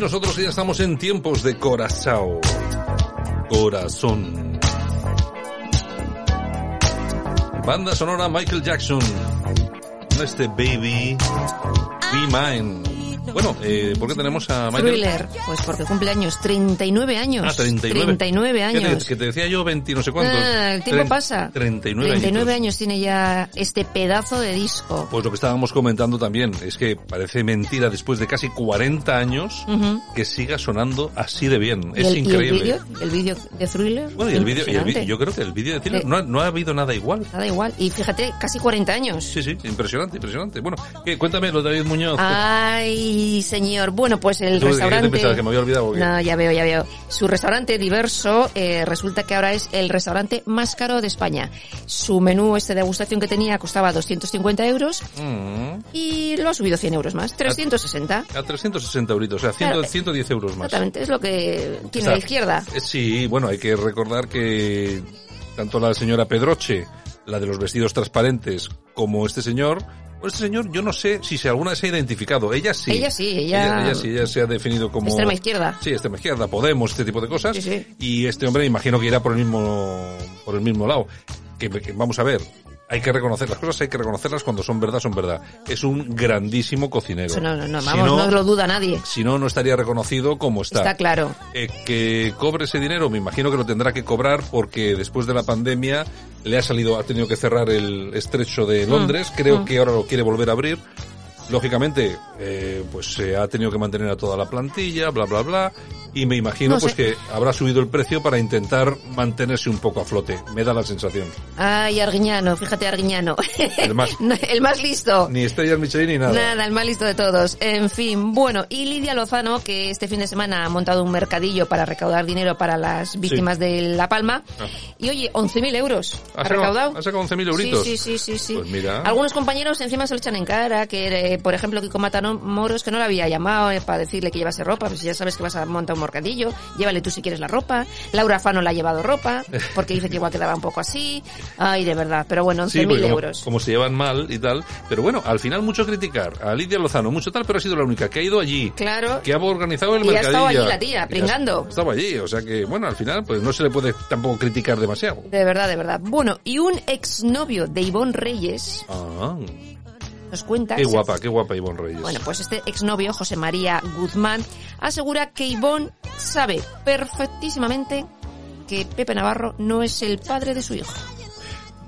nosotros ya estamos en tiempos de corazón. Corazón. Banda sonora Michael Jackson. Este baby. Be Ah. mine. Bueno, eh, ¿por qué tenemos a Michael? Thriller, pues porque cumple años, 39 años. Ah, 39. 39 ¿Qué te- años. que te decía yo 20 no sé cuántos. Ah, el tiempo Tren- pasa. 39, 39 añitos. años tiene ya este pedazo de disco. Pues lo que estábamos comentando también es que parece mentira después de casi 40 años Ujú. que siga sonando así de bien. ¿Y es el, y el increíble. vídeo? ¿El vídeo de Thriller? Bueno, y el vídeo, y el vídeo- Impresionante. yo creo que el vídeo de Thriller Sí. no, ha- no ha habido nada igual. Nada igual. Y fíjate, casi 40 años. Sí, sí, impresionante, impresionante. Bueno, ¿qué? cuéntame lo de David Muñoz. Ay, señor. Bueno, pues Ah, el ¿Tú qué- qué te restaurante. pensabas, que me había olvidado o qué? No, ya veo, ya veo. Su restaurante diverso eh, resulta que ahora es el restaurante más caro de España. Su menú este de degustación que tenía costaba 250 euros Mm, y lo ha subido 100 euros más, 360. a 360 euritos, o sea, 100 Claro. 110 euros más. Exactamente, es lo que O tiene sea, la izquierda. eh, Sí, bueno, hay que recordar que tanto la señora Pedroche, la de los vestidos transparentes, como este señor, pues este señor yo no sé si se alguna vez se ha identificado. Ella sí. Ella sí, ella- Ella, sí, ella se ha definido como... Extrema izquierda. Sí, extrema izquierda, Podemos, este tipo de cosas. Sí, sí. Y este hombre imagino que irá por el mismo, por el mismo lado. Que, que vamos a ver. Hay que reconocer las cosas, hay que reconocerlas cuando son verdad, son verdad. Es un grandísimo cocinero. Eso no, no, no, Si vamos, no, no- lo duda nadie. si no, no estaría reconocido como está. Está claro. Eh, que cobre ese dinero, me imagino que lo tendrá que cobrar porque después de la pandemia le ha salido, ha tenido que cerrar el estrecho Mm. de Londres, creo que ahora lo quiere volver a abrir. Lógicamente, eh, pues se ha tenido que mantener a toda la plantilla, bla, bla, bla. Y me imagino No pues sé. que habrá subido el precio para intentar mantenerse un poco a flote. Me da la sensación. Ay, Arguiñano, fíjate Arguiñano. El más- No, el más listo. Ni estrellas Michelin ni nada. el más listo de todos. En fin, bueno, y Lidia Lozano, que este fin de semana ha montado un mercadillo para recaudar dinero para las víctimas de La Palma. Ah. Y oye, 11.000 euros ¿Ha ha, sacado- recaudado. ha sacado 11.000 euritos? Sí, sí, sí, sí, sí. Pues mira. Algunos compañeros encima se lo echan en cara, que eh, por ejemplo Kiko Matanón Moros, que no le había llamado eh, para decirle que llevase ropa, pues ya sabes que vas a montar un mercadillo, llévale tú si quieres la ropa. Laura Fano le ha llevado ropa, porque dice que igual quedaba un poco así. Ay, de verdad, pero bueno, 11.000 Sí, porque como, euros. como se llevan mal y tal. Pero bueno, al final mucho criticar a Lidia Lozano, mucho tal, pero ha sido la única que ha ido allí. Claro. Que ha organizado el Y ha mercadillo. estado allí la tía, Y ha- pringando. Estaba allí, o sea que, bueno, al final pues no se le puede tampoco criticar demasiado. De verdad, de verdad. Bueno, y un exnovio de Ivonne Reyes Ah, nos cuenta... qué guapa, qué guapa Ivonne Reyes. Bueno, pues este exnovio, José María Guzmán, asegura que Ivonne sabe perfectísimamente que Pepe Navarro no es el padre de su hijo.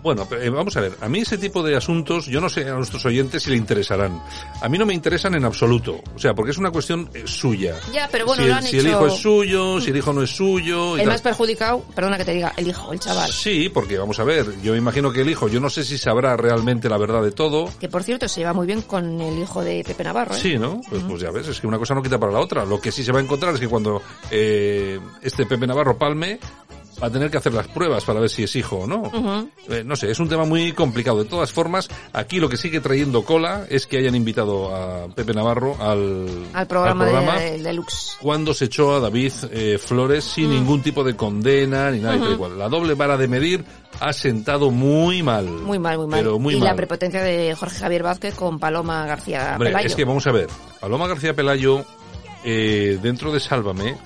Bueno, pero, eh, vamos a ver, a mí ese tipo de asuntos, yo no sé a nuestros oyentes si le interesarán. A mí no me interesan en absoluto, o sea, porque es una cuestión eh, suya. Ya, pero bueno, si, lo el- han si el hecho- hijo es suyo, si el hijo no es suyo. y El tal. más perjudicado, perdona que te diga, el hijo, el chaval. Sí, porque vamos a ver, yo me imagino que el hijo, yo no sé si sabrá realmente la verdad de todo. Que por cierto se lleva muy bien con el hijo de Pepe Navarro. ¿eh? Sí, ¿no? Pues, pues ya ves, es que una cosa no quita para la otra. Lo que sí se va a encontrar es que cuando eh, este Pepe Navarro palme, va a tener que hacer las pruebas para ver si es hijo o no. Eh, no sé, es un tema muy complicado. De todas formas, aquí lo que sigue trayendo cola es que hayan invitado a Pepe Navarro al, Al programa, al programa de- Mm. del Deluxe. cuando se echó a David eh, Flores sin ningún tipo de condena ni nada y tal y cual. La doble vara de medir ha sentado muy mal. Muy mal, muy mal. Pero muy y la mal. prepotencia de Jorge Javier Vázquez con Paloma García Hombre, Pelayo. es que vamos a ver. Paloma García Pelayo, eh, dentro de Sálvame,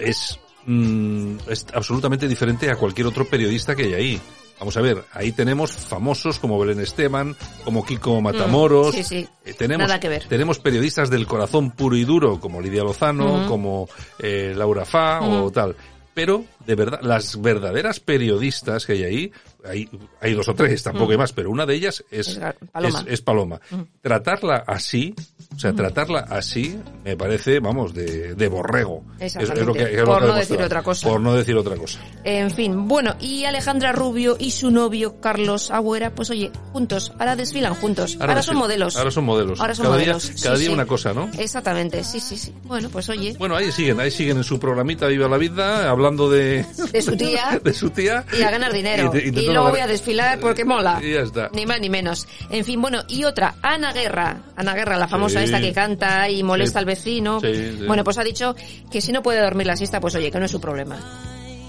es, mm, es absolutamente diferente a cualquier otro periodista que hay ahí. Vamos a ver, ahí tenemos famosos como Belén Esteban, como Kiko Matamoros. Mm, sí, sí. Eh, tenemos, Nada que ver. Tenemos periodistas del corazón puro y duro, como Lidia Lozano, Mm. como eh, Laura Fa o tal. Pero, de verdad, las verdaderas periodistas que hay ahí, hay, hay dos o tres, Mm. tampoco hay más, pero una de ellas es, Es Gar- Paloma. Mm. es- es Paloma. Tratarla así, o sea, tratarla así, me parece, vamos, de, de borrego. Es- es lo que- es lo que Por ha no demostrado. decir otra cosa. Por no decir otra cosa. En fin, bueno, y Alejandra Rubio y su novio Carlos Agüera, pues oye, juntos, ahora desfilan juntos, ahora, son desfila- modelos. Ahora son modelos. Ahora son cada modelos. Día, Sí, cada día sí. una cosa, ¿no? Exactamente, sí, sí, sí. Bueno, pues oye, Bueno, ahí siguen, ahí siguen en su programita Viva la Vida, hablando de... De su tía. de su tía. y a ganar dinero. te- Y, intentando luego voy a ganar- desfilar porque mola. Y ya está. Ni más ni menos. En fin, bueno, y otra, Ana Guerra. Ana Guerra, la famosa Sí. esta que canta y molesta Sí. al vecino. Sí, sí. Bueno, pues ha dicho que si no puede dormir la siesta, pues oye, que no es su problema.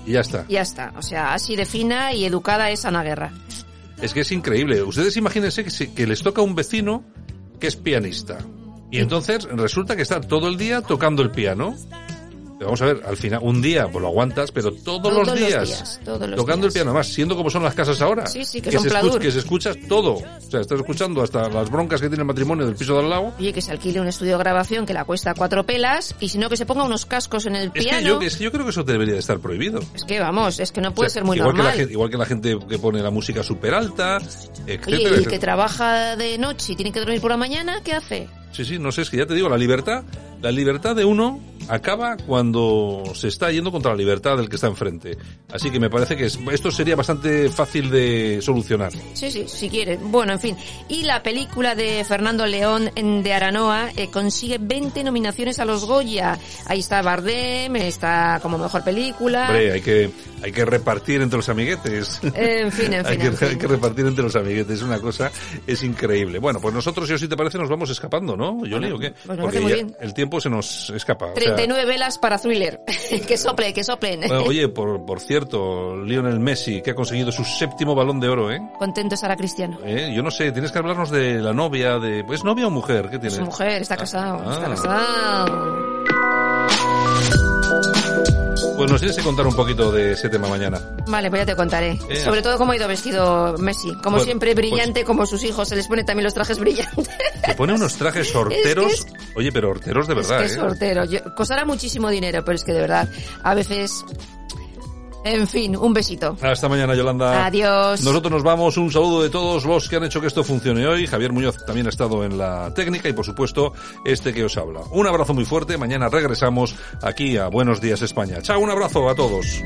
Y ya está. Ya está. O sea, así de fina y educada es Ana Guerra. Es que es increíble. Ustedes imagínense que, si- que les toca un vecino que es pianista. Y entonces resulta que está todo el día tocando el piano. Pero Vamos a ver, al final, un día pues lo aguantas, pero todos, los días, todos los tocando el días. piano, más siendo como son las casas ahora. Sí, sí, que son se escu- pladur. que se escucha todo. O sea, estás escuchando hasta las broncas que tiene el matrimonio del piso de al lado. Oye, que se alquile un estudio de grabación que la cuesta cuatro pelas y si no que se ponga unos cascos en el Es piano. que, yo, es que yo creo que eso debería de estar prohibido. Es que, vamos, es que no O puede sea, ser muy igual normal. Que la gente, igual que la gente que pone la música súper alta, Oye, etcétera. y el etcétera. que trabaja de noche y tiene que dormir por la mañana, ¿qué hace? Sí, sí, no sé, es que ya te digo, la libertad, la libertad de uno acaba cuando se está yendo contra la libertad del que está enfrente. Así que me parece que es- esto sería bastante fácil de solucionar. Sí, sí, si quiere. Bueno, en fin. Y la película de Fernando León en- de Aranoa eh, consigue 20 nominaciones a los Goya. Ahí está Bardem, está como mejor película. Hombre, hay que, hay que repartir entre los amiguetes. En fin, en hay, fin. que, en fin. hay que repartir entre los amiguetes, es una cosa, es increíble. Bueno, pues nosotros, si os si te parece, nos vamos escapando, ¿no? Yo digo que pues me parece muy bien. el tiempo se nos escapa. o sea- 39 velas para thriller. que sople, que soplen. Bueno, oye, por, por cierto, Lionel Messi, que ha conseguido su séptimo balón de oro, ¿eh? Contento Sara Cristiano. ¿Eh? Yo no sé, tienes que hablarnos de la novia, de... ¿Es novia o mujer? ¿Qué tiene? Su mujer está casado, Ah. está casado. Pues nos tienes que contar un poquito de ese tema mañana. Vale, pues ya te contaré. Eh. Sobre todo cómo ha ido vestido Messi. Como Bueno, siempre, pues- brillante como sus hijos. Se les pone también los trajes brillantes. Te pone unos trajes horteros... Es Oye, pero horteros de verdad, es que es ¿eh? hortero. Yo- costará muchísimo dinero, pero es que de verdad, a veces... En fin, un besito. Hasta mañana, Yolanda. Adiós. Nosotros nos vamos. Un saludo de todos los que han hecho que esto funcione hoy. Javier Muñoz también ha estado en la técnica y, por supuesto, este que os habla. Un abrazo muy fuerte. Mañana regresamos aquí a Buenos Días España. Chao, un abrazo a todos.